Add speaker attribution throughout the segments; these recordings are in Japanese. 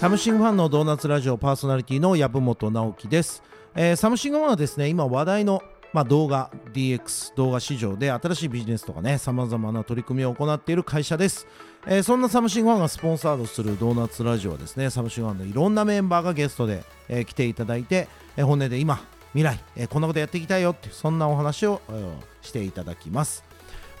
Speaker 1: サムシングファンのドーナツラジオパーソナリティの籔本直樹です、えーサムシングファンはですね今話題のまあ、動画 DX 動画市場で新しいビジネスとかねさまざまな取り組みを行っている会社です、えーそんなサムシングファンがスポンサードするドーナツラジオはですねサムシングファンのいろんなメンバーがゲストで、えー来ていただいて、えー本音で今未来、えーこんなことやっていきたいよっていうそんなお話を、えーしていただきます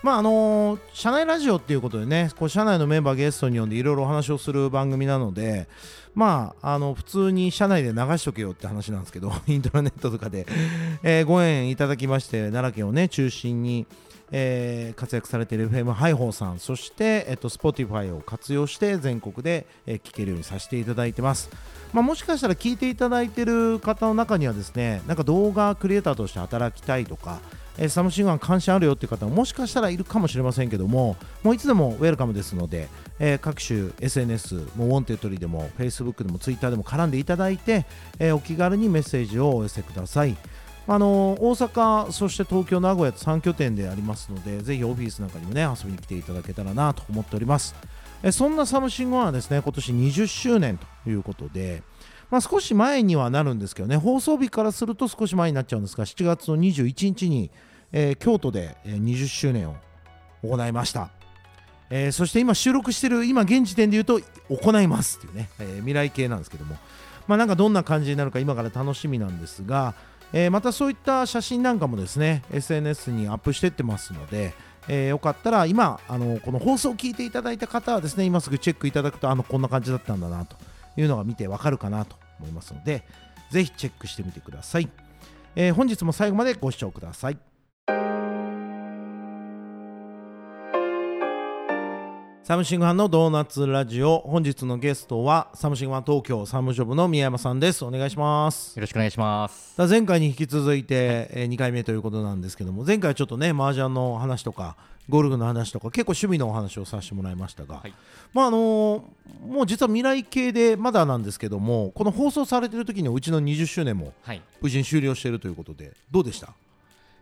Speaker 1: まああのー社内ラジオっていうことでねこう社内のメンバーゲストに呼んでいろいろお話をする番組なのでまああの普通に社内で流しとけよって話なんですけど インターネットとかで、えーご縁いただきまして奈良県をね中心に、えー活躍されている FM ハイホーさんそして、えっと Spotify を活用して全国で、えー聞けるようにさせていただいてます、まあ、もしかしたら聞いていただいてる方の中にはですねなんか動画クリエイターとして働きたいとかえーサムシングワン関心あるよっていう方ももしかしたらいるかもしれませんけどももういつでもウェルカムですので、えー各種 SNS もうウォンテッドリーでも Facebook でも Twitter でも絡んでいただいて、えーお気軽にメッセージをお寄せくださいあのー大阪そして東京名古屋と3拠点でありますのでぜひオフィスなんかにもね遊びに来ていただけたらなと思っておりますえーそんなサムシングワンはですね今年20周年ということでまあ、少し前にはなるんですけどね、放送日からすると少し前になっちゃうんですが、7月の21日に、えー京都でえー20周年を行いました。えーそして今収録してる、今現時点で言うと、行いますっていうね、えー未来系なんですけども、まあ、なんかどんな感じになるか今から楽しみなんですが、えーまたそういった写真なんかもですね、SNS にアップしてってますので、えーよかったら今あのこの放送を聞いていただいた方はですね今すぐチェックいただくとあのこんな感じだったんだなというのが見てわかるかなと思いますのでぜひチェックしてみてください、えー本日も最後までご視聴くださいサムシングファンのドーナツラジオ本日のゲストはサムシングファン東京サムジョブの宮山さんですお願いします
Speaker 2: よろしくお願いします。
Speaker 1: さあ前回に引き続いて、え2回目ということなんですけども前回はちょっとね麻雀の話とかゴルフの話とか結構趣味のお話をさせてもらいましたが、
Speaker 2: はい
Speaker 1: まああのーもう実は未来系でまだなんですけどもこの放送されてる時にはうちの20周年も
Speaker 2: はい。い
Speaker 1: 無事に終了しているということでどうでした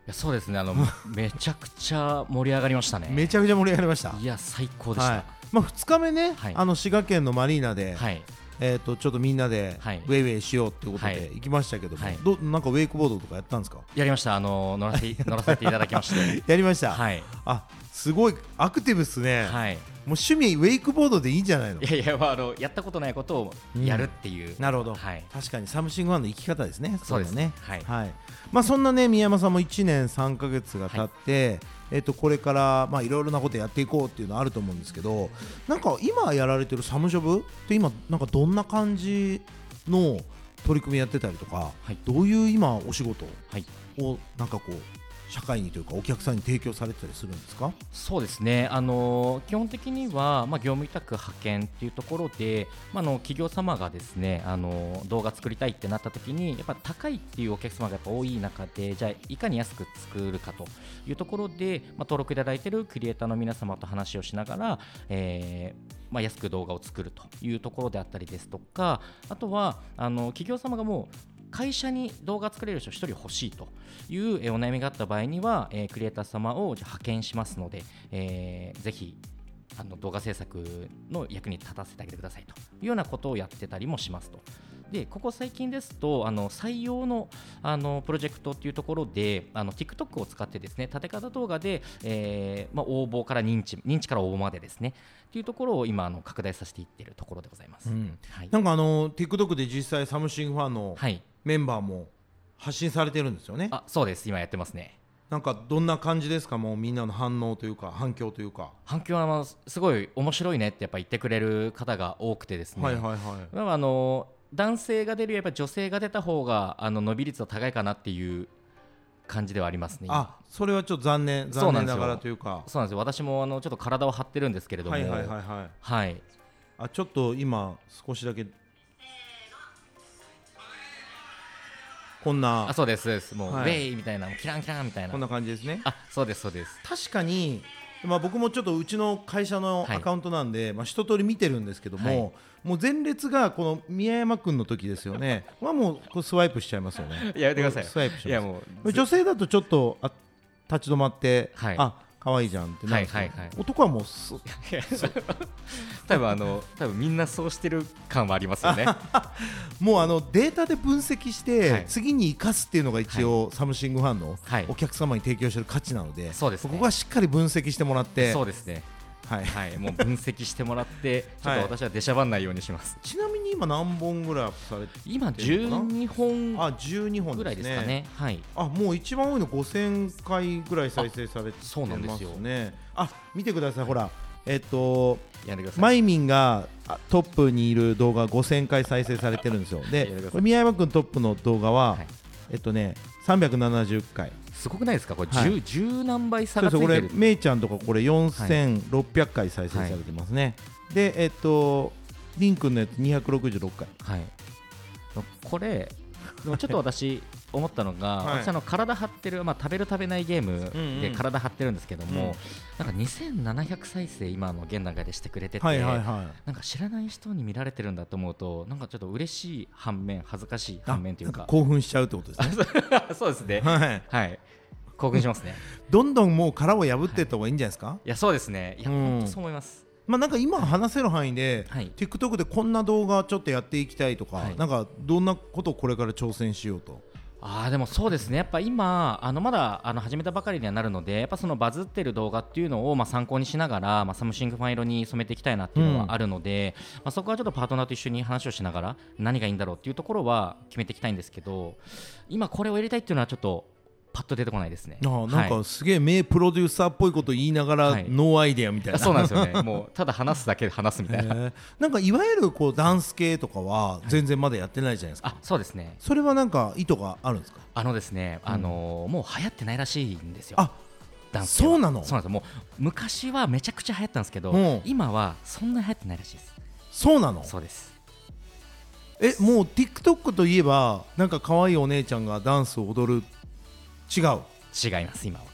Speaker 2: やそうですね。あの めちゃくちゃ盛り上がりましたね。
Speaker 1: めちゃくちゃ盛り上がりました
Speaker 2: いや最高でし
Speaker 1: は
Speaker 2: た
Speaker 1: い。まあ、2日目ね、
Speaker 2: はい
Speaker 1: あの滋賀県のマリーナで、
Speaker 2: はい。
Speaker 1: えー、とちょっとみんなでウ
Speaker 2: はい
Speaker 1: ェイウェイしようっていうこと
Speaker 2: は
Speaker 1: で
Speaker 2: い
Speaker 1: 行きましたけども、
Speaker 2: はい
Speaker 1: どなんかウェイクボードとかやったんですか
Speaker 2: やりました。あの乗らせ て乗らせていただきまして。
Speaker 1: やりました、
Speaker 2: はい。
Speaker 1: あすごいアクティブっすね、
Speaker 2: はい。
Speaker 1: もう趣味ウェイクボードでいいんじゃないの
Speaker 2: いやいやまああのやったことないことをやるっていう。
Speaker 1: なるほど、
Speaker 2: はい。
Speaker 1: 確かにサムシングワンの生き方ですね
Speaker 2: そうです
Speaker 1: いのね
Speaker 2: はい
Speaker 1: まあ、そんなね宮山さんも1年3か月が経って、えっとこれからまあいろいろなことやっていこうっていうのはあると思うんですけどなんか今やられてるサムジョブって今なんかどんな感じの取り組みやってたりとか、
Speaker 2: はい
Speaker 1: どういう今お仕事
Speaker 2: はい。
Speaker 1: をなんかこう社会にというかお客さんに提供されてたりするんですか
Speaker 2: そうですね、あの基本的には、まあ、業務委託派遣っていうところで、まあ、あの企業様がですねあの動画作りたいってなった時にやっぱ高いっていうお客様がやっぱ多い中でじゃあいかに安く作るかというところで、まあ、登録いただいているクリエイターの皆様と話をしながら、えーまあ、安く動画を作るというところであったりですとかあとはあの企業様がもう会社に動画作れる人1人欲しいというえーお悩みがあった場合には、えークリエイター様をじゃあ派遣しますので、えーぜひあの動画制作の役に立たせてあげてくださいというようなことをやってたりもしますと。でここ最近ですとあの採用のあのプロジェクトっていうところであの TikTok を使ってですね立て方動画で、えーまあ、応募から認知認知から応募までですねっていうところを今あの拡大させていっているところでございます。
Speaker 1: うん
Speaker 2: はい
Speaker 1: なんかあの TikTok で実際サムシングファンの
Speaker 2: はい
Speaker 1: メンバーも発信されてるんですよね。
Speaker 2: あそうです今やってますね。
Speaker 1: なんかどんな感じですかもうみんなの反応というか反響というか。
Speaker 2: 反響はあのすごい面白いねってやっぱ言ってくれる方が多くてですね、
Speaker 1: はいはいはい。
Speaker 2: まああの男性が出るよりやっぱ女性が出た方があの伸び率は高いかなっていう感じではありますね。
Speaker 1: あそれはちょっと残念
Speaker 2: そ
Speaker 1: 残
Speaker 2: うな
Speaker 1: 念
Speaker 2: んです
Speaker 1: な
Speaker 2: よ
Speaker 1: がらというか。
Speaker 2: そうなんですよ私もあのちょっと体を張ってるんですけれども、
Speaker 1: はいはいはいはい。
Speaker 2: はい
Speaker 1: あちょっと今少しだけこんな
Speaker 2: あそうですそうですもう、
Speaker 1: はい
Speaker 2: ウェイみたいなキランキランみたいな
Speaker 1: こんな感じですね。
Speaker 2: あそうですそうです
Speaker 1: 確かに、まあ、僕もちょっとうちの会社の
Speaker 2: はい
Speaker 1: アカウントなんで、まあ、一通り見てるんですけども、
Speaker 2: はい
Speaker 1: もう前列がこの宮山君の時ですよ ねはもうこうスワイプしちゃいますよね
Speaker 2: やめてください
Speaker 1: スワイプし
Speaker 2: い
Speaker 1: ちゃ
Speaker 2: や
Speaker 1: いま
Speaker 2: も
Speaker 1: す女性だとちょっとあ立ち止まって、
Speaker 2: はい
Speaker 1: あ可愛いじゃんってなるんですよ
Speaker 2: はいはいはい
Speaker 1: 男はもうす
Speaker 2: 多分あの多分みんなそうしてる感はありますよね。
Speaker 1: もうあのデータで分析して、
Speaker 2: はい
Speaker 1: 次に生かすっていうのが一応、サムシングファンの
Speaker 2: はい
Speaker 1: お客様に提供してる価値なので,、
Speaker 2: そうですね
Speaker 1: ここはしっかり分析してもらって、
Speaker 2: そうですね。
Speaker 1: はい、
Speaker 2: はい、もう分析してもらって、ちょ
Speaker 1: は
Speaker 2: っ
Speaker 1: い
Speaker 2: と私は出しゃばんないようにします。
Speaker 1: ちなみに今何本ぐらいアップされて
Speaker 2: 今12本
Speaker 1: あ12本
Speaker 2: ぐらい
Speaker 1: で
Speaker 2: ですす
Speaker 1: ね
Speaker 2: かね。はい。
Speaker 1: あもう一番多いの5000回ぐらい再生されて
Speaker 2: あそうなんですよ
Speaker 1: ますねあ見てくださいほらえっと
Speaker 2: やってくださ
Speaker 1: マ
Speaker 2: い。
Speaker 1: イミンがあトップにいる動画5000回再生されてるんですよ
Speaker 2: や
Speaker 1: で
Speaker 2: めてください
Speaker 1: これ宮山君トップの動画は、
Speaker 2: はい
Speaker 1: えっとね370回
Speaker 2: すごくないですか？これ
Speaker 1: はい
Speaker 2: 10十何倍差
Speaker 1: そうで
Speaker 2: がつい
Speaker 1: すこ
Speaker 2: て
Speaker 1: れ
Speaker 2: る。
Speaker 1: めいちゃんとかこれ4600回再生されてますね、でえっとりんくんのやつ266回
Speaker 2: はい。これ、でもちょっと私思ったのが、
Speaker 1: はい
Speaker 2: 私あの体張ってる、まあ食べる食べないゲー
Speaker 1: うんう
Speaker 2: ム
Speaker 1: ん
Speaker 2: で体張ってるんですけども、なんか2700再生今の現段階でしてくれてて、
Speaker 1: はいはいはい
Speaker 2: なんか知らない人に見られてるんだと思うと、なんかちょっと嬉しい反面恥ずかしい
Speaker 1: あ
Speaker 2: 反面とい
Speaker 1: な
Speaker 2: う
Speaker 1: ん
Speaker 2: か、
Speaker 1: 興奮しちゃうってことですね
Speaker 2: そうですね。
Speaker 1: はい
Speaker 2: はい。興奮しますね。
Speaker 1: どんどんもう殻を破っていった方がいいんじゃないですか、
Speaker 2: いや、そうですね。いや、
Speaker 1: うん
Speaker 2: 本当そう思います。
Speaker 1: まあなんか今話せる範囲で、
Speaker 2: はい
Speaker 1: TikTok でこんな動画ちょっとやっていきたいとか、
Speaker 2: はい
Speaker 1: なんかどんなことをこれから挑戦しようと
Speaker 2: ああ、でもそうですね。やっぱ今、あの、まだ、あの、始めたばかりにはなるので、やっぱそのバズってる動画っていうのを、まあ、参考にしながら、まあ、サムシングファン色に染めていきたいなっていうの
Speaker 1: うん
Speaker 2: はあるので、まあ、そこはちょっとパートナーと一緒に話をしながら、何がいいんだろうっていうところは決めていきたいんですけど、今これをやりたいっていうのはちょっと、パッと出てこないですね。
Speaker 1: あーなん
Speaker 2: は
Speaker 1: か
Speaker 2: い
Speaker 1: すげえ名プロデューサーっぽいこと言いながら、
Speaker 2: はい
Speaker 1: ノーアイデアみたいな
Speaker 2: いやそうなんですよね。もう、ただ話すだけで話すみた いな。
Speaker 1: へーなんかいわゆるこうダンス系とかは全然まだやってないじゃないですか、
Speaker 2: あ、そうですね。
Speaker 1: それはなんか意図があるんですか
Speaker 2: あのですね、あのもう流行ってないらしいんですよ。
Speaker 1: あ
Speaker 2: 男性は
Speaker 1: そうなの
Speaker 2: そうなんですよもう昔はめちゃくちゃ流行ったんですけど、
Speaker 1: うん
Speaker 2: 今はそんな流行ってないらしいです
Speaker 1: そうなの
Speaker 2: そうです
Speaker 1: えもう TikTok といえばなんか可愛いお姉ちゃんがダンスを踊る違う
Speaker 2: 違います今は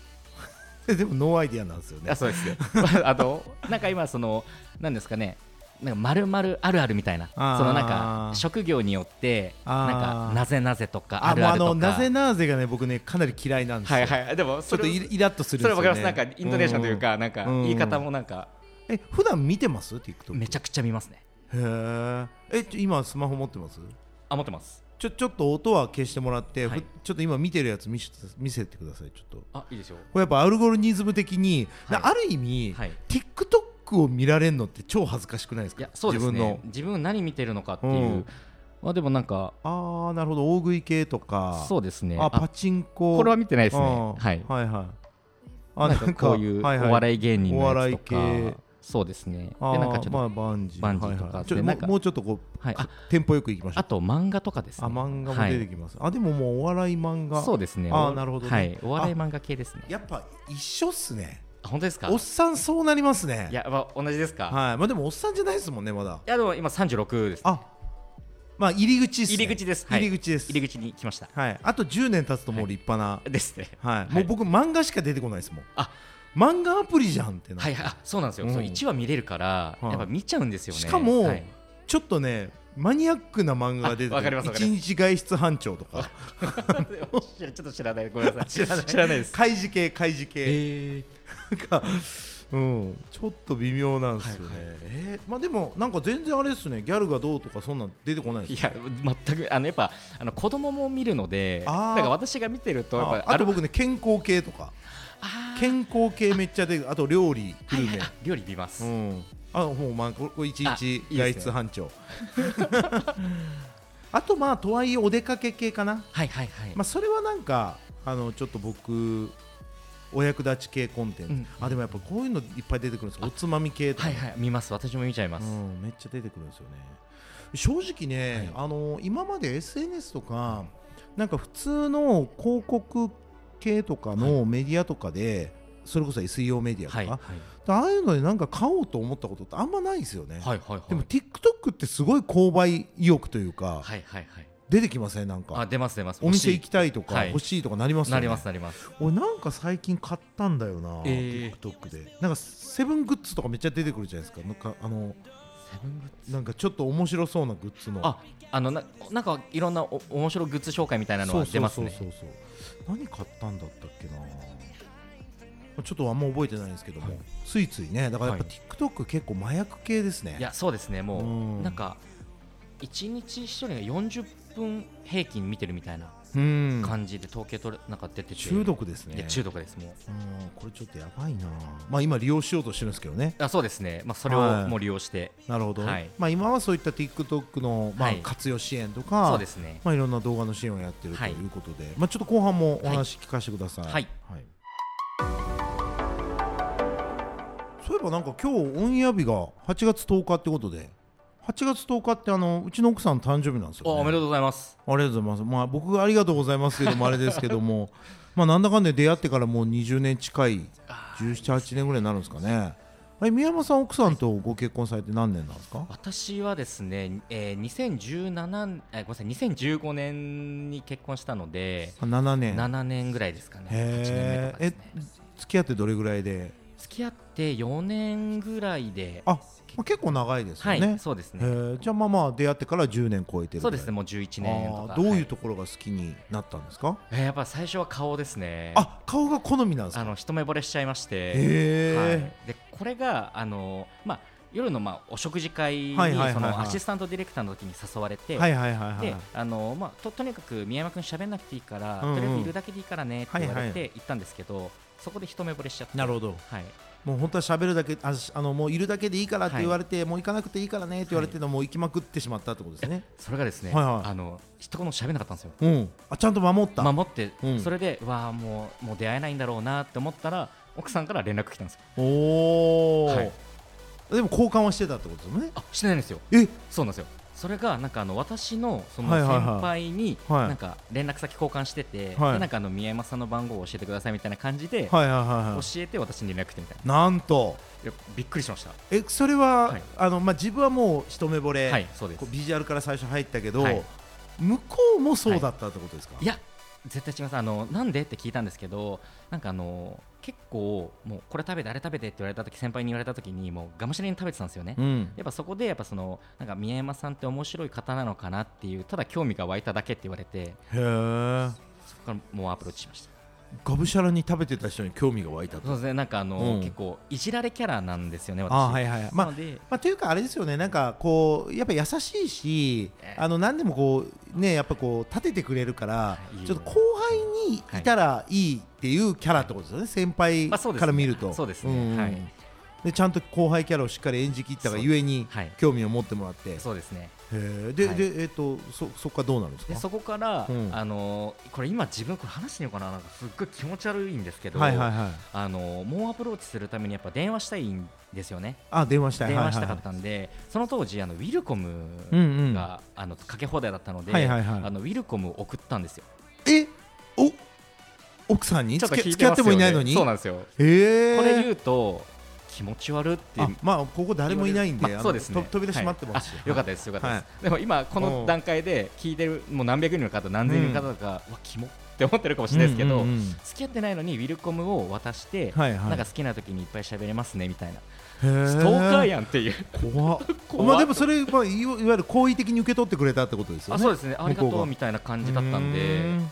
Speaker 1: えでもノーアイデアなんですよね
Speaker 2: あそうですね あのなんか今そのなんですかねなんか丸々あるあるみたいなそ
Speaker 1: あー
Speaker 2: のなんか職業によって
Speaker 1: あー
Speaker 2: なんかなぜなぜとか
Speaker 1: あ
Speaker 2: あるあると
Speaker 1: も
Speaker 2: か
Speaker 1: うあのなぜなぜがね僕ねかなり嫌いなんですよ、
Speaker 2: はいはいでも
Speaker 1: ちょ
Speaker 2: そ
Speaker 1: っと
Speaker 2: れ
Speaker 1: イイラッとするんで
Speaker 2: そ
Speaker 1: す
Speaker 2: れ
Speaker 1: よ、ね、
Speaker 2: わかりますなんかイントネーションというか、なんか
Speaker 1: うん
Speaker 2: 言い方もなんか
Speaker 1: うんえ普段見てます TikTok
Speaker 2: めちゃくちゃ見ますね
Speaker 1: へーえちょ今スマホ持ってます
Speaker 2: あ持ってます
Speaker 1: ちょちょっと音は消してもらって、
Speaker 2: はい
Speaker 1: ふちょっと今見てるやつ見せて見せてくださいちょっと
Speaker 2: あいいですよ
Speaker 1: これやっぱアルゴリズム的に、
Speaker 2: はい
Speaker 1: なある意味、
Speaker 2: はい
Speaker 1: TikTok を見られるのって超恥ずかしくないです
Speaker 2: い
Speaker 1: か
Speaker 2: やそうですね
Speaker 1: 自分の
Speaker 2: 自分何見てるのかっていう、
Speaker 1: うん
Speaker 2: まあでもなんか
Speaker 1: ああなるほど大食い系とか
Speaker 2: そううですね
Speaker 1: あパチンコ
Speaker 2: これは見てない
Speaker 1: で
Speaker 2: ですねはい
Speaker 1: はいはいあ
Speaker 2: なんかこういうお
Speaker 1: はいはい
Speaker 2: 笑い芸人のやつとか、
Speaker 1: お笑い系
Speaker 2: そうですねで
Speaker 1: あ
Speaker 2: なん
Speaker 1: ー
Speaker 2: かちょっと、
Speaker 1: まあ、バンジー
Speaker 2: バンジーとか
Speaker 1: はいはいちょ
Speaker 2: で
Speaker 1: も
Speaker 2: な
Speaker 1: うん
Speaker 2: か
Speaker 1: もうちょっとこう
Speaker 2: はい、あ
Speaker 1: テンポよくいきましょう
Speaker 2: あと漫画とかですね
Speaker 1: あ漫画も出てきます、あでももうお笑い漫
Speaker 2: は
Speaker 1: 画
Speaker 2: い、そうですね
Speaker 1: あーなるほどね
Speaker 2: はい、お笑い漫画系ですね
Speaker 1: やっぱ一緒っすね
Speaker 2: あ本当ですか
Speaker 1: おっさんそうなりますね
Speaker 2: いや、まあ、同じですか、い、
Speaker 1: はいまあでもおっさんじゃないですもんねまだ
Speaker 2: やでも今36です、
Speaker 1: あまあ入り口っす、ね、
Speaker 2: 入り口です、はい
Speaker 1: 入り口です
Speaker 2: 入り口に来ました
Speaker 1: はいあと10年経つともう立派な
Speaker 2: ですね
Speaker 1: はい、
Speaker 2: い
Speaker 1: もう僕漫画しか出てこないですもん
Speaker 2: あ
Speaker 1: 漫画アプリじゃんってな、
Speaker 2: はいはいあそうなんですよ、
Speaker 1: うん
Speaker 2: そう1話見れるから、
Speaker 1: はい
Speaker 2: やっぱ見ちゃうんですよね
Speaker 1: しかも、
Speaker 2: はい
Speaker 1: ちょっとねマニアックな漫画が出て
Speaker 2: あわかりますわかり
Speaker 1: 1日外出班長とか
Speaker 2: いやちょっと知らないごめんなさい知らない知らないです
Speaker 1: 開示系開示系、
Speaker 2: え
Speaker 1: か、うん、ちょっと微妙なんですよね、えーまあでもなんか全然あれですねギャルがどうとかそんなん出てこないで
Speaker 2: い
Speaker 1: す
Speaker 2: や全くあのやっぱあの子供も見るので
Speaker 1: あー
Speaker 2: なんか私が見てるとやっ
Speaker 1: あ
Speaker 2: ぱ
Speaker 1: あと
Speaker 2: る
Speaker 1: 僕ね健康系とか
Speaker 2: あー
Speaker 1: 健康系めっちゃ出てくるあと料理グルメ、
Speaker 2: あ料理見ます、
Speaker 1: うんあもうまあここれ一
Speaker 2: あ
Speaker 1: 日
Speaker 2: いいで
Speaker 1: 外
Speaker 2: すね
Speaker 1: 出班長 あとまあとはいえお出かけ系かな
Speaker 2: はいはいはい、
Speaker 1: まあそれはなんかあのちょっと僕お役立ち系コンテンツ、
Speaker 2: うん
Speaker 1: あでもやっぱこういうのいっぱい出てくるんですよおつまみ系とか
Speaker 2: は
Speaker 1: ね、
Speaker 2: いはい見ます私も見ちゃいます、
Speaker 1: うん、めっちゃ出てくるんですよね正直ね、あの今まで SNS とかなんか普通の広告系とかのメディアとかで、それこそ SEO メディアとか、
Speaker 2: はいはい
Speaker 1: ああいうのでなんか買おうと思ったことってあんまないですよね、
Speaker 2: はいはいはい
Speaker 1: でも TikTok ってすごい購買意欲というか、
Speaker 2: はいはいはい
Speaker 1: 出てきません、なん
Speaker 2: あ
Speaker 1: か
Speaker 2: 出ます出ます
Speaker 1: お店
Speaker 2: 欲しい
Speaker 1: 行きたいとか、
Speaker 2: はい
Speaker 1: 欲しいとかなりますよね
Speaker 2: なりますなります
Speaker 1: 俺なんか最近買ったんだよな、
Speaker 2: えー
Speaker 1: TikTok でなんかセブングッズとかめっちゃ出てくるじゃないですかなんかあの
Speaker 2: セブングッズ
Speaker 1: なんかちょっと面白そうなグッズの
Speaker 2: ああのななんかいろんなお面白いグッズ紹介みたいなのは出ますね
Speaker 1: そうそうそうそう何買ったんだったっけなちょっとあんま覚えてないんですけども、
Speaker 2: はい
Speaker 1: ついついねだからやっぱ
Speaker 2: は
Speaker 1: TikTok 結構麻薬系ですね
Speaker 2: いやそうですねもう、
Speaker 1: うん
Speaker 2: なんか1日1人が40分平均見てるみたいな
Speaker 1: うん
Speaker 2: 感じで統計取れなんか出てて
Speaker 1: 中毒です
Speaker 2: い
Speaker 1: ね
Speaker 2: や中毒ですもう
Speaker 1: うんこれちょっとやばいなまあ今利用しようとしてるんですけどね
Speaker 2: あそうですね、まあ、それ
Speaker 1: はい
Speaker 2: をもう利用して、
Speaker 1: なるほど、
Speaker 2: はい
Speaker 1: まあ今はそういった TikTok のまあ
Speaker 2: はい
Speaker 1: 活用支援とか、
Speaker 2: そうですね
Speaker 1: まあいろんな動画の支援をやってると
Speaker 2: はい
Speaker 1: いうことで、まあちょっと後半もお話聞かせてください。
Speaker 2: はい
Speaker 1: そういえばなんか今日オンエア日が8月10日ってことで、8月10日ってあのうちの奥さんの誕生日なんですよ、
Speaker 2: お
Speaker 1: ね。
Speaker 2: おめでとうございます
Speaker 1: ありがとうございます。まあ僕がありがとうございますけどもあれですけども、 まあなんだかんだで出会ってからもう20年近い17、8年ぐらいになるんですかね。あれ宮山さん奥さんとご結婚されて何年なんですか？
Speaker 2: 私はですね、えー、2017えーごめんなさい2015年に結婚したので
Speaker 1: あ7年。
Speaker 2: 7年ぐらいですかね8年目
Speaker 1: へ
Speaker 2: とか
Speaker 1: え
Speaker 2: で。すね
Speaker 1: え付き合ってどれぐらいで？
Speaker 2: 付き合って4年ぐらいで
Speaker 1: あ、まあ結構長いですよ
Speaker 2: は
Speaker 1: ね。
Speaker 2: い、そうです
Speaker 1: え
Speaker 2: ね
Speaker 1: ーじゃあまあまあ出会ってから10年超えてる
Speaker 2: そ
Speaker 1: ぐら
Speaker 2: うで
Speaker 1: い
Speaker 2: すねもう11年と
Speaker 1: あ
Speaker 2: か
Speaker 1: ーどう
Speaker 2: は
Speaker 1: いうところが好きになったんですか、
Speaker 2: えーやっぱ最初は顔ですね
Speaker 1: あ顔が好みなんです
Speaker 2: あ
Speaker 1: か
Speaker 2: の一目惚れしちゃいまして、
Speaker 1: へー
Speaker 2: はい、でこれがあの、まあ、夜の、まあ、お食事会に
Speaker 1: はいはいはいはい
Speaker 2: そのアシスタントディレクターの時に誘われて、
Speaker 1: はいはいはいはい
Speaker 2: であのまあ、ととにかく宮山君喋んなくていいから、
Speaker 1: うんうん
Speaker 2: とりあえずいるだけでいいからねって言わ
Speaker 1: はい
Speaker 2: れ
Speaker 1: は
Speaker 2: て行ったんですけど、そこで一目惚れしちゃって
Speaker 1: なるほど
Speaker 2: はい、
Speaker 1: もう本当は喋るだけあしあのもういるだけでいいからって言われて、もう行かなくていいからねって言われてるの、もう行きまくってしまったってことですね
Speaker 2: それがですね、
Speaker 1: はいはい
Speaker 2: あの一言も喋んなかったんですよ
Speaker 1: うんあちゃんと守った、
Speaker 2: 守って、
Speaker 1: うん
Speaker 2: それでわあもうもう出会えないんだろうなって思ったら奥さんから連絡来たんですよ
Speaker 1: おお、
Speaker 2: はい
Speaker 1: でも交換はしてたってことですもんね
Speaker 2: あしてないんですよ
Speaker 1: え
Speaker 2: そうなんですよ。それがなんかあの私のその
Speaker 1: はいはいはい
Speaker 2: 先輩に
Speaker 1: はい
Speaker 2: なんか連絡先交換してて、
Speaker 1: はい
Speaker 2: でなんかあの宮山さんの番号を教えてくださいみたいな感じで、
Speaker 1: はいはいはいは
Speaker 2: 教えて私に連絡来てみたいない
Speaker 1: なんと
Speaker 2: いやびっくりしました。
Speaker 1: えそれは、
Speaker 2: はい
Speaker 1: あのまあ、自分はもう一目惚れ、
Speaker 2: はい、そうです
Speaker 1: こう。ビジュアルから最初入ったけど、
Speaker 2: はい
Speaker 1: 向こうもそうだったってことですか、
Speaker 2: いや絶対違います。あのなんでって聞いたんですけど、なんかあの結構もうこれ食べてあれ食べてって言われた時先輩に言われた時にもうがむしゃらに食べてたんですよね。
Speaker 1: うん
Speaker 2: やっぱそこでやっぱそのなんか宮山さんって面白い方なのかなっていうただ興味が湧いただけって言われて
Speaker 1: へえ
Speaker 2: そこからもうアプローチしました。
Speaker 1: がぶしゃらに食べてた人に興味が湧いた
Speaker 2: そう
Speaker 1: と。
Speaker 2: ですね、なんかあの、
Speaker 1: うん
Speaker 2: 結構いじられキャラなんですよね、私。
Speaker 1: あーはいはいはいま
Speaker 2: な
Speaker 1: あ
Speaker 2: ので、
Speaker 1: まあ、というかあれですよねなんかこうやっぱ優しいし
Speaker 2: ええ
Speaker 1: あの何でもこうねやっぱこう立ててくれるから
Speaker 2: いい
Speaker 1: ちょっと後輩にいたらいいっていうキャラってことですよね先輩
Speaker 2: まあそうですね
Speaker 1: から見ると
Speaker 2: そうですね
Speaker 1: ん
Speaker 2: はい
Speaker 1: でちゃんと後輩キャラをしっかり演じきったがゆえに
Speaker 2: はい
Speaker 1: 興味を持ってもらって、へ
Speaker 2: そうですね。
Speaker 1: えで,、
Speaker 2: はい
Speaker 1: でえっとそそこからどうなるんです
Speaker 2: で、
Speaker 1: か
Speaker 2: そこから、
Speaker 1: うん
Speaker 2: あのこれ今自分これ話してるのかな、なんかすっごい気持ち悪いんですけど。
Speaker 1: はいはいはい
Speaker 2: あのもうアプローチするためにやっぱ電話したいんですよね、
Speaker 1: あ電話したい
Speaker 2: 電話したかっ
Speaker 1: は
Speaker 2: たんで、その当時あのウィルコムが、
Speaker 1: うんうん
Speaker 2: あのかけ放題だったので、
Speaker 1: はいはいはい
Speaker 2: あのウィルコムを送ったんですよ
Speaker 1: いはい、えお奥さんに
Speaker 2: ちょっと
Speaker 1: 付き
Speaker 2: 聞い
Speaker 1: 付き合ってもいないのに
Speaker 2: ますよねそうなんですよ、
Speaker 1: ええ
Speaker 2: これ言うと気持ち悪って
Speaker 1: あまあここ誰もいないんで、
Speaker 2: ま
Speaker 1: あ
Speaker 2: あ
Speaker 1: の
Speaker 2: そうですね
Speaker 1: と飛び出し待ってますし、
Speaker 2: はいあよかったですよかったです、
Speaker 1: は
Speaker 2: でも今この段階で聞いてるもう何百人の方何千人の方とか、うわキモって思ってるかもしれないですけど、
Speaker 1: うんうんうん
Speaker 2: 付き合ってないのにウィルコムを渡して、
Speaker 1: はいはい
Speaker 2: なんか好きな時にいっぱい喋れますねみたいな、
Speaker 1: へ
Speaker 2: ストーカーやんっていう
Speaker 1: 怖っ
Speaker 2: 怖っ
Speaker 1: まあでもそれ、まあ、いわいわゆる好意的に受け取ってくれたってことですよね
Speaker 2: あそうですねありが
Speaker 1: 向ことう
Speaker 2: う
Speaker 1: が
Speaker 2: みたいな感じだったん
Speaker 1: うー
Speaker 2: で
Speaker 1: ん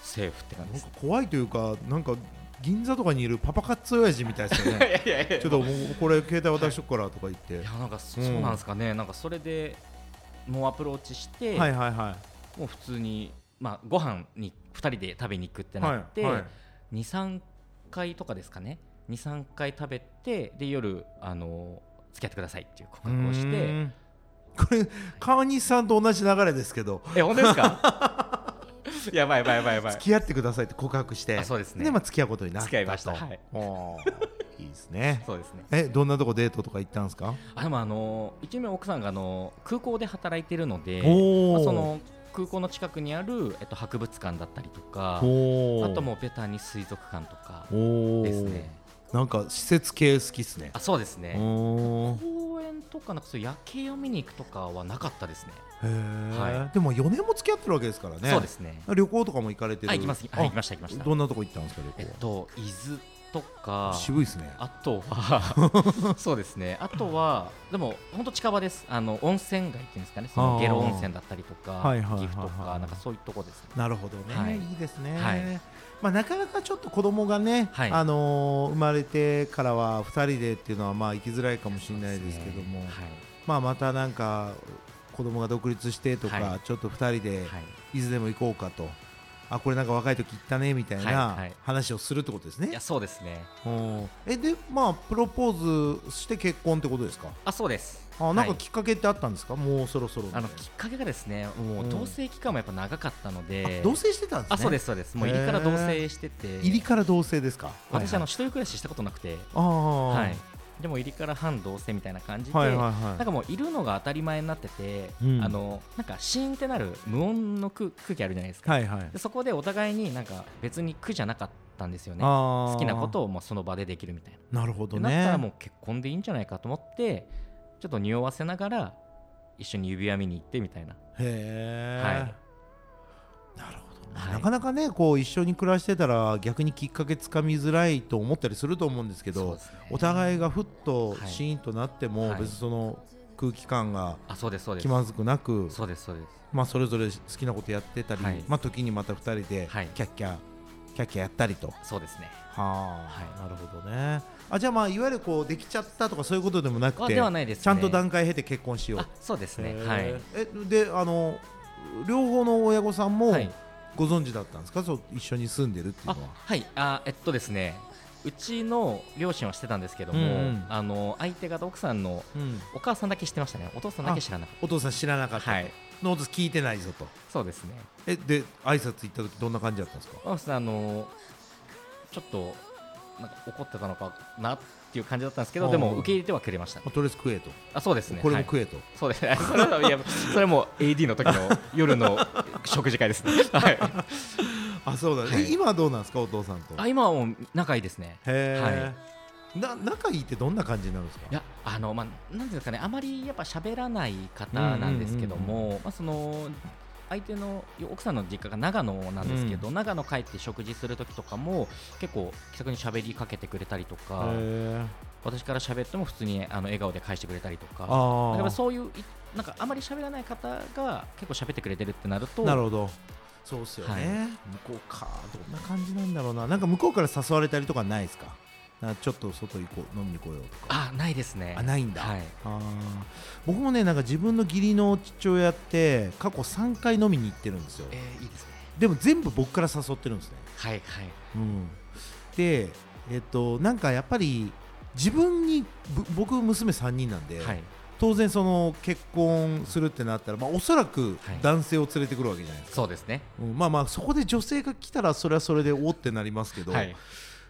Speaker 2: セーフって感じ
Speaker 1: な
Speaker 2: で
Speaker 1: ん
Speaker 2: す
Speaker 1: か怖いというかなんか銀座とかにいるパパ活親父みたいですよ
Speaker 2: い
Speaker 1: ね
Speaker 2: やいやいや
Speaker 1: ちょっともうこれ携帯渡しとくからとか言って、
Speaker 2: いやなんかそ,、
Speaker 1: うん
Speaker 2: うなんですかねなんかそれでもうアプローチして、
Speaker 1: はいはいは
Speaker 2: もう普通にまあご飯に二人で食べに行くって
Speaker 1: い
Speaker 2: な
Speaker 1: は
Speaker 2: って、
Speaker 1: いはい
Speaker 2: 23回とかですかね23回食べてで夜あの付き合ってくださいっていう告白を
Speaker 1: う
Speaker 2: し
Speaker 1: ー
Speaker 2: て
Speaker 1: んこれ川西さんと同じ流れですけど
Speaker 2: え本当ですか やばいやばいやばいやばい
Speaker 1: 付き合ってくださいって告白して
Speaker 2: あそうですね
Speaker 1: まあ、付き合うことになったと
Speaker 2: 付き合いましたはい
Speaker 1: おーいいですね
Speaker 2: そうですね
Speaker 1: えどんなとこデートとか行ったんですか
Speaker 2: あでもあの一名奥さんがあの空港で働いてるので、
Speaker 1: おー
Speaker 2: まあ、その空港の近くにある、えっと、博物館だったりとかあ
Speaker 1: おー
Speaker 2: ともうベタに水族館とか
Speaker 1: おー
Speaker 2: ですね
Speaker 1: なんか施設系好きっすね
Speaker 2: あそうですね
Speaker 1: おー
Speaker 2: 公園とかなんかそういう夜景を見に行くとかはなかったですね
Speaker 1: へー
Speaker 2: は
Speaker 1: でも4年も付き合ってるわけですからね
Speaker 2: そうですね
Speaker 1: 旅行とかも行かれてる
Speaker 2: あ行きます、はい、行きました行きました
Speaker 1: どんなとこ行ったんですか
Speaker 2: え
Speaker 1: 旅
Speaker 2: っ
Speaker 1: 行は
Speaker 2: と、伊豆とか
Speaker 1: 渋いですね
Speaker 2: あと はそうですねあとはでも本当近場ですあの温泉街っていうんですかねそ
Speaker 1: あ
Speaker 2: の
Speaker 1: ー
Speaker 2: ゲロ温泉だったりとか
Speaker 1: はいはいはいはい
Speaker 2: 岐阜とかなんかそういうとこですね
Speaker 1: なるほどね、、
Speaker 2: はいい
Speaker 1: いですね、
Speaker 2: はい
Speaker 1: まあ、なかなかちょっと子供がね、
Speaker 2: はい
Speaker 1: あのー生まれてからは2人でっていうのはまあ行きづらいかもしれないですけども、
Speaker 2: はい
Speaker 1: まあ、またなんか子供が独立してとか、
Speaker 2: はい
Speaker 1: ちょっと2人で
Speaker 2: はい
Speaker 1: いつでも行こうかと、あこれなんか若い時行ったねみたい
Speaker 2: はいは
Speaker 1: ない話をするってことですね。
Speaker 2: いやそうですね
Speaker 1: うんえでまあプロポーズして結婚ってことですか
Speaker 2: あそうです
Speaker 1: あなん
Speaker 2: は
Speaker 1: か
Speaker 2: い
Speaker 1: きっかけってあったんですか、もうそろそろみた
Speaker 2: あ
Speaker 1: いな
Speaker 2: のきっかけがですねも
Speaker 1: うん
Speaker 2: う同棲期間もやっぱ長かったので
Speaker 1: あ同棲してたんですね
Speaker 2: あそうですそうですもう入りから同棲してて
Speaker 1: 入りから同棲ですか
Speaker 2: 私あの
Speaker 1: はい
Speaker 2: 一人暮らししたことなくて
Speaker 1: はいあー
Speaker 2: はいでも入りから半同棲みたいな感じで
Speaker 1: はいはい
Speaker 2: なん
Speaker 1: は
Speaker 2: かもういるのが当たり前になってて、
Speaker 1: うん
Speaker 2: あのなんかシーンってなる無音の空空気あるじゃないです
Speaker 1: い
Speaker 2: か、
Speaker 1: はいはい
Speaker 2: でそこでお互いになんか別に苦じゃなかったんですよね
Speaker 1: 好
Speaker 2: 好きなことをもうその場でできるみたいな、
Speaker 1: なるほ
Speaker 2: で
Speaker 1: ど
Speaker 2: なったら
Speaker 1: ね
Speaker 2: もう結婚でいいんじゃないかと思ってちょっと匂わせながら一緒に指輪見に行ってみたいな
Speaker 1: へえなるほどね
Speaker 2: はいはい
Speaker 1: なかなかねこう一緒に暮らしてたら逆にきっかけつかみづらいと思ったりすると思うんですけ
Speaker 2: そう
Speaker 1: ど
Speaker 2: ですね
Speaker 1: お互いがふっと
Speaker 2: はい
Speaker 1: シーンとなっても
Speaker 2: はい
Speaker 1: 別にその空気感が
Speaker 2: あそうですそうで
Speaker 1: 気
Speaker 2: す
Speaker 1: まずくなく
Speaker 2: そうですそうです
Speaker 1: まあ、それぞれ好きなことやってたり、
Speaker 2: はい
Speaker 1: まあ、時にまた2人で
Speaker 2: はい
Speaker 1: キャッキャ、キャッキャやったりと。は
Speaker 2: そうですね
Speaker 1: あ、
Speaker 2: はい
Speaker 1: なるほどねあじゃあまあいわゆるこうできちゃったとかそういうことでもなく
Speaker 2: あ
Speaker 1: て
Speaker 2: ではないですね
Speaker 1: ちゃんと段階経て結婚しよう
Speaker 2: あそうですね
Speaker 1: へー
Speaker 2: はい
Speaker 1: えであの両方の親御さんも
Speaker 2: はい
Speaker 1: ご存知だったんですか、そう一緒に住んでるっていう
Speaker 2: あ
Speaker 1: のは
Speaker 2: はいあえっとですねうちの両親はしてたんですけども、
Speaker 1: うんうん
Speaker 2: あの相手方奥さんの
Speaker 1: うん
Speaker 2: お母さんだけ知ってましたねお父さんだけ知らなかっ
Speaker 1: お父さん知らなか
Speaker 2: た
Speaker 1: ったと、
Speaker 2: はい
Speaker 1: ノート聞いてないぞと
Speaker 2: そうですね
Speaker 1: えで挨拶行った時どんな感じだったんですか
Speaker 2: お母さんあのちょっとなんか怒ってたのかなっていう感じだったんですけ
Speaker 1: う
Speaker 2: ど
Speaker 1: ん
Speaker 2: でも受け入れてはくれました
Speaker 1: まあとりあえず食えと、
Speaker 2: あそうですね
Speaker 1: これも
Speaker 2: はい
Speaker 1: 食えと、
Speaker 2: そう ですそれはいやそれも AD の時の夜の食事会です ね、はい、
Speaker 1: あそうだね、
Speaker 2: はい
Speaker 1: 今はどうなんですかお父さんと
Speaker 2: あ今はもう仲いいですね
Speaker 1: へえ、な仲いいってどんな感じになるんですか
Speaker 2: いやあのまあなんていうんですかねあまりやっぱ喋らない方なんですけど
Speaker 1: うん
Speaker 2: も、まあその相手の奥さんの実家が長野なんですけど、長野帰って食事する時とかも結構気さくに喋りかけてくれたりとか、
Speaker 1: へえ
Speaker 2: 私から喋っても普通にあの笑顔で返してくれたりとか、
Speaker 1: あ
Speaker 2: だから
Speaker 1: あ
Speaker 2: そういういなんかあまり喋らない方が結構喋ってくれてるってなると、
Speaker 1: なるほどそうっすよね、
Speaker 2: はい
Speaker 1: 向こうかどんな感じなんだろうななんか向こうから誘われたりとかないですかなんかちょっと外行こう飲みに行こうよとか
Speaker 2: あないですね。
Speaker 1: あないんだ、
Speaker 2: はい。
Speaker 1: あー僕もねなんか自分の義理の父親って過去3回飲みに行ってるんですよ
Speaker 2: えーいいですね。
Speaker 1: でも全部僕から誘ってるんですね、
Speaker 2: はいはい。
Speaker 1: うん、でえっとなんかやっぱり自分にぶ僕娘3人なんで、
Speaker 2: はい
Speaker 1: 当然その結婚するってなったら、まあ、おそらく
Speaker 2: はい
Speaker 1: 男性を連れてくるわけじゃないですか、
Speaker 2: そうですね。
Speaker 1: うんまあまあそこで女性が来たらそれはそれでおってなりますけど、
Speaker 2: はい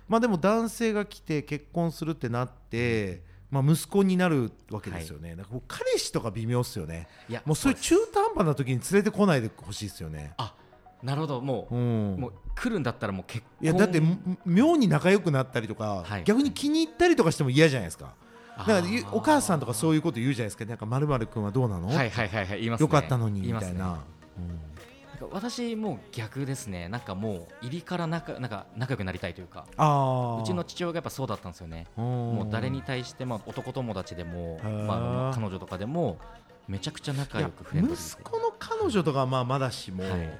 Speaker 1: まあでも男性が来て結婚するってなって、まあ、息子になるわけですよね、なんかもう彼氏とか微妙っすよね
Speaker 2: いや
Speaker 1: もうそういう中途半端な時に連れてこないでほしいですよね、
Speaker 2: あなるほども
Speaker 1: う
Speaker 2: う、
Speaker 1: ん、
Speaker 2: もう来るんだったらもう結婚
Speaker 1: いやだってむ妙に仲良くなったりとか、
Speaker 2: はい
Speaker 1: 逆に気に入ったりとかしても嫌じゃないですかだからゆお母さんとかそう
Speaker 2: い
Speaker 1: いうこと言うじゃないですかなんかまるまる君はどうなの、
Speaker 2: はいはいはいはい言いますね
Speaker 1: よかったのに
Speaker 2: 言
Speaker 1: み
Speaker 2: ます
Speaker 1: たい
Speaker 2: ね
Speaker 1: な。
Speaker 2: なんか私もう逆ですねなんかもう入りから仲なんか仲良くなりたいというか
Speaker 1: あ
Speaker 2: うちの父親がやっぱそうだったんですよね
Speaker 1: も
Speaker 2: もう誰に対してまあ男友達でも
Speaker 1: へー
Speaker 2: まああの彼女とかでもめちゃくちゃ仲良くフレンドリー
Speaker 1: 息子の彼女とかはまあまだしも、
Speaker 2: はい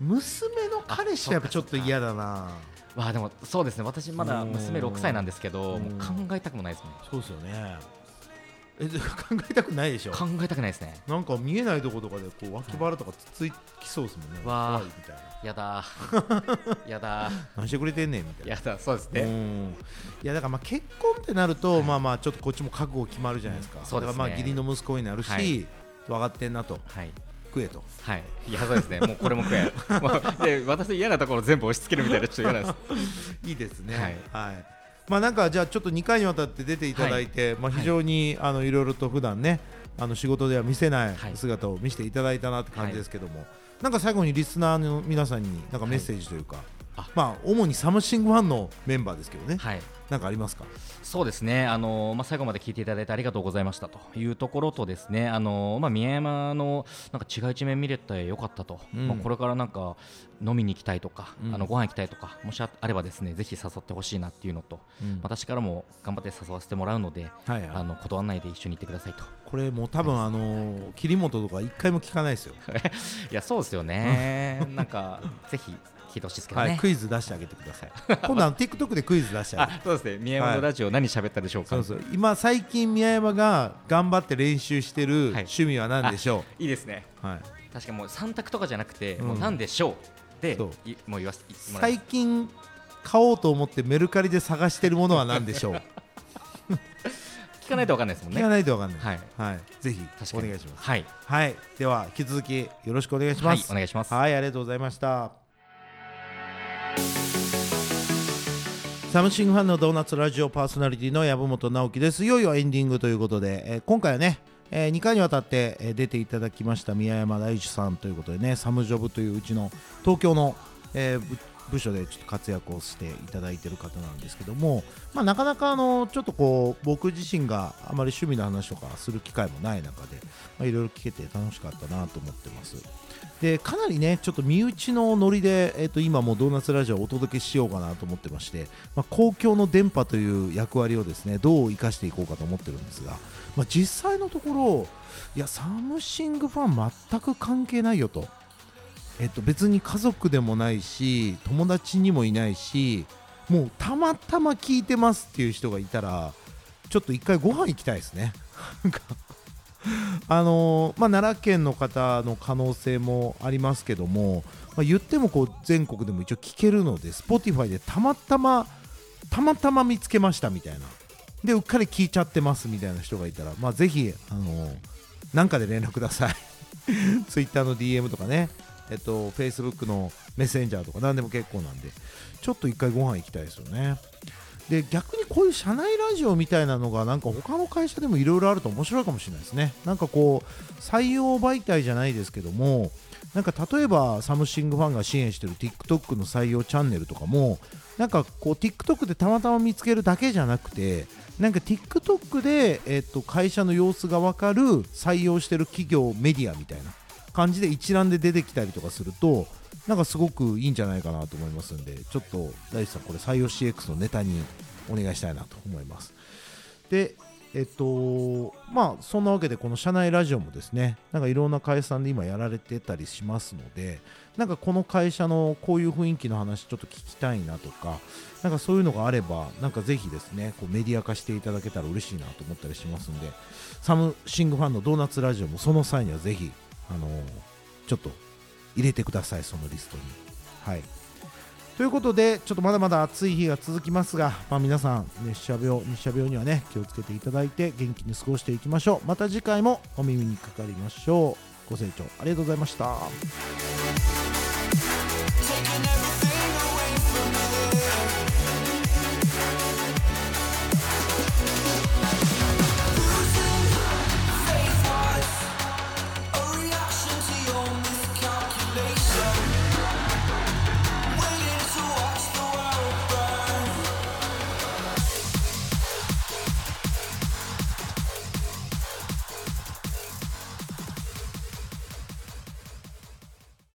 Speaker 1: 娘の彼氏はやっぱちょっと嫌だな
Speaker 2: でわあでもそうですね私まだ娘
Speaker 1: うん
Speaker 2: 6歳なんですけどもう
Speaker 1: うん
Speaker 2: 考えたくもないですね
Speaker 1: そうですよねえで考えたくないでしょ
Speaker 2: 考えたくないですね
Speaker 1: なんか見えないとことかでこう脇腹とかつついきそうですもんね、怖
Speaker 2: わー
Speaker 1: いみたいな
Speaker 2: やだ やだ
Speaker 1: 何してくれてんねんみたいな
Speaker 2: やだそうです
Speaker 1: う
Speaker 2: ね
Speaker 1: んいやだからまあ結婚ってなると、まあまあちょっとこっちも覚悟決まるじゃないですか、
Speaker 2: そうで
Speaker 1: だ
Speaker 2: すね
Speaker 1: からまあ義理の息子になるし、
Speaker 2: はい
Speaker 1: 分かってんなと
Speaker 2: はい
Speaker 1: 食えと
Speaker 2: はい、いやそうですね、もうこれも 食え、もうで私、嫌なところ全部押し付けるみたいな、ちょっと嫌なんです。
Speaker 1: いいですね。は
Speaker 2: はいい。
Speaker 1: まあなんかじゃあちょっと2回にわたって出ていただいて、まあ非常にあのいろいろと普段ね、あの仕事では見せない
Speaker 2: はい
Speaker 1: 姿を見せていただいたなって感じですけども、なんか最後にリスナーの皆さんになんかメッセージというか、
Speaker 2: あ
Speaker 1: まあ主にサムシングファンのメンバーですけどね、
Speaker 2: はい、
Speaker 1: なんかありますか
Speaker 2: そうですね、あのまあ、最後まで聞いていただいてありがとうございましたというところとですね、あのまあ、宮山のなんか違う一面見れてよかったと、
Speaker 1: うん
Speaker 2: まあ、これからなんか飲みに行きたいとか、
Speaker 1: うん
Speaker 2: あのご飯行きたいとかもしああればですねぜひ誘ってほしいなっていうのと、私からも頑張って誘わせてもらうので、
Speaker 1: はいはい
Speaker 2: あの断らないで一緒に行ってくださいと。
Speaker 1: これもう多分あのー桐本とか一回も聞かないですよ、
Speaker 2: いやそうですよね、なんかぜひ聞いてほしいですけどね。
Speaker 1: はい、クイズ出してあげてください今度あの TikTok でクイズ出してあげて
Speaker 2: あそうですね、宮山のラジオ、何喋ったでしょうか。
Speaker 1: そうそう今最近宮山が頑張って練習してる趣味は何でしょ
Speaker 2: いいですね、
Speaker 1: う、はい
Speaker 2: 確かもう三択とかじゃなくて、
Speaker 1: うん
Speaker 2: もうなんでしょうで
Speaker 1: そ
Speaker 2: いもう言わせ言ってもらい
Speaker 1: 最近買おうと思ってメルカリで探してるものは何でしょう、
Speaker 2: 聞かないとわかんないですもん
Speaker 1: 聞か
Speaker 2: ね。
Speaker 1: ないとわかんない、
Speaker 2: はい、
Speaker 1: はい、ぜひ
Speaker 2: 確
Speaker 1: お
Speaker 2: かに
Speaker 1: 願いします
Speaker 2: はい、
Speaker 1: はいでは引き続きよろしくお願いし
Speaker 2: は
Speaker 1: ま
Speaker 2: い、
Speaker 1: す
Speaker 2: お願いします。
Speaker 1: はい、ありがとうございました。サムシングファンのドーナツラジオパーソナリティの籔本直樹です。いよいよエンディングということで、えー今回はね、え2回にわたって、えー出ていただきました宮山大樹さんということでね、サムジョブといううちの東京の、えー部部署でちょっと活躍をしていただいている方なんですけども、まあ、なかなかあのちょっとこう僕自身があまり趣味の話とかする機会もない中でまあいろいろ聞けて楽しかったなと思ってます。でかなりねちょっと身内のノリで、えっと今もうドーナツラジオをお届けしようかなと思ってまして、まあ、公共の電波という役割をですねどう生かしていこうかと思ってるんですが、まあ、実際のところいやサムシングファン全く関係ないよと、えっと別に家族でもないし友達にもいないしもうたまたま聞いてますっていう人がいたらちょっと一回ご飯行きたいですね。なんかあのーまあ、奈良県の方の可能性もありますけども、まあ、言ってもこう全国でも一応聞けるので Spotify でたまたまたまたま見つけましたみたいなでうっかり聞いちゃってますみたいな人がいたら、まあ、ぜひ、あのーなんかで連絡ください Twitter の DM とかね、えっと、Facebook のメッセンジャーとか何でも結構なんでちょっと一回ご飯行きたいですよねで逆にこういう社内ラジオみたいなのがなんか他の会社でもいろいろあると面白いかもしれないですねなんかこう採用媒体じゃないですけどもなんか例えばサムシングファンが支援してる TikTok の採用チャンネルとかもなんかこう TikTok でたまたま見つけるだけじゃなくてなんか TikTok で、えっと、会社の様子が分かる採用してる企業メディアみたいな感じで一覧で出てきたりとかするとなんかすごくいいんじゃないかなと思いますんでちょっと大地さんこれ採用 CX のネタにお願いしたいなと思いますでえっとまあそんなわけでこの社内ラジオもですねなんかいろんな会社さんで今やられてたりしますのでなんかこの会社のこういう雰囲気の話ちょっと聞きたいなとかなんかそういうのがあればなんかぜひですねこうメディア化していただけたら嬉しいなと思ったりしますんでサムシングファンのドーナツラジオもその際にはぜひあのちょっと入れてくださいそのリストにはいということでちょっとまだまだ暑い日が続きますが、まあ、皆さん熱射病日射病にはね気をつけていただいて元気に過ごしていきましょうまた次回もお耳にかかりましょうご清聴ありがとうございました
Speaker 3: Taking every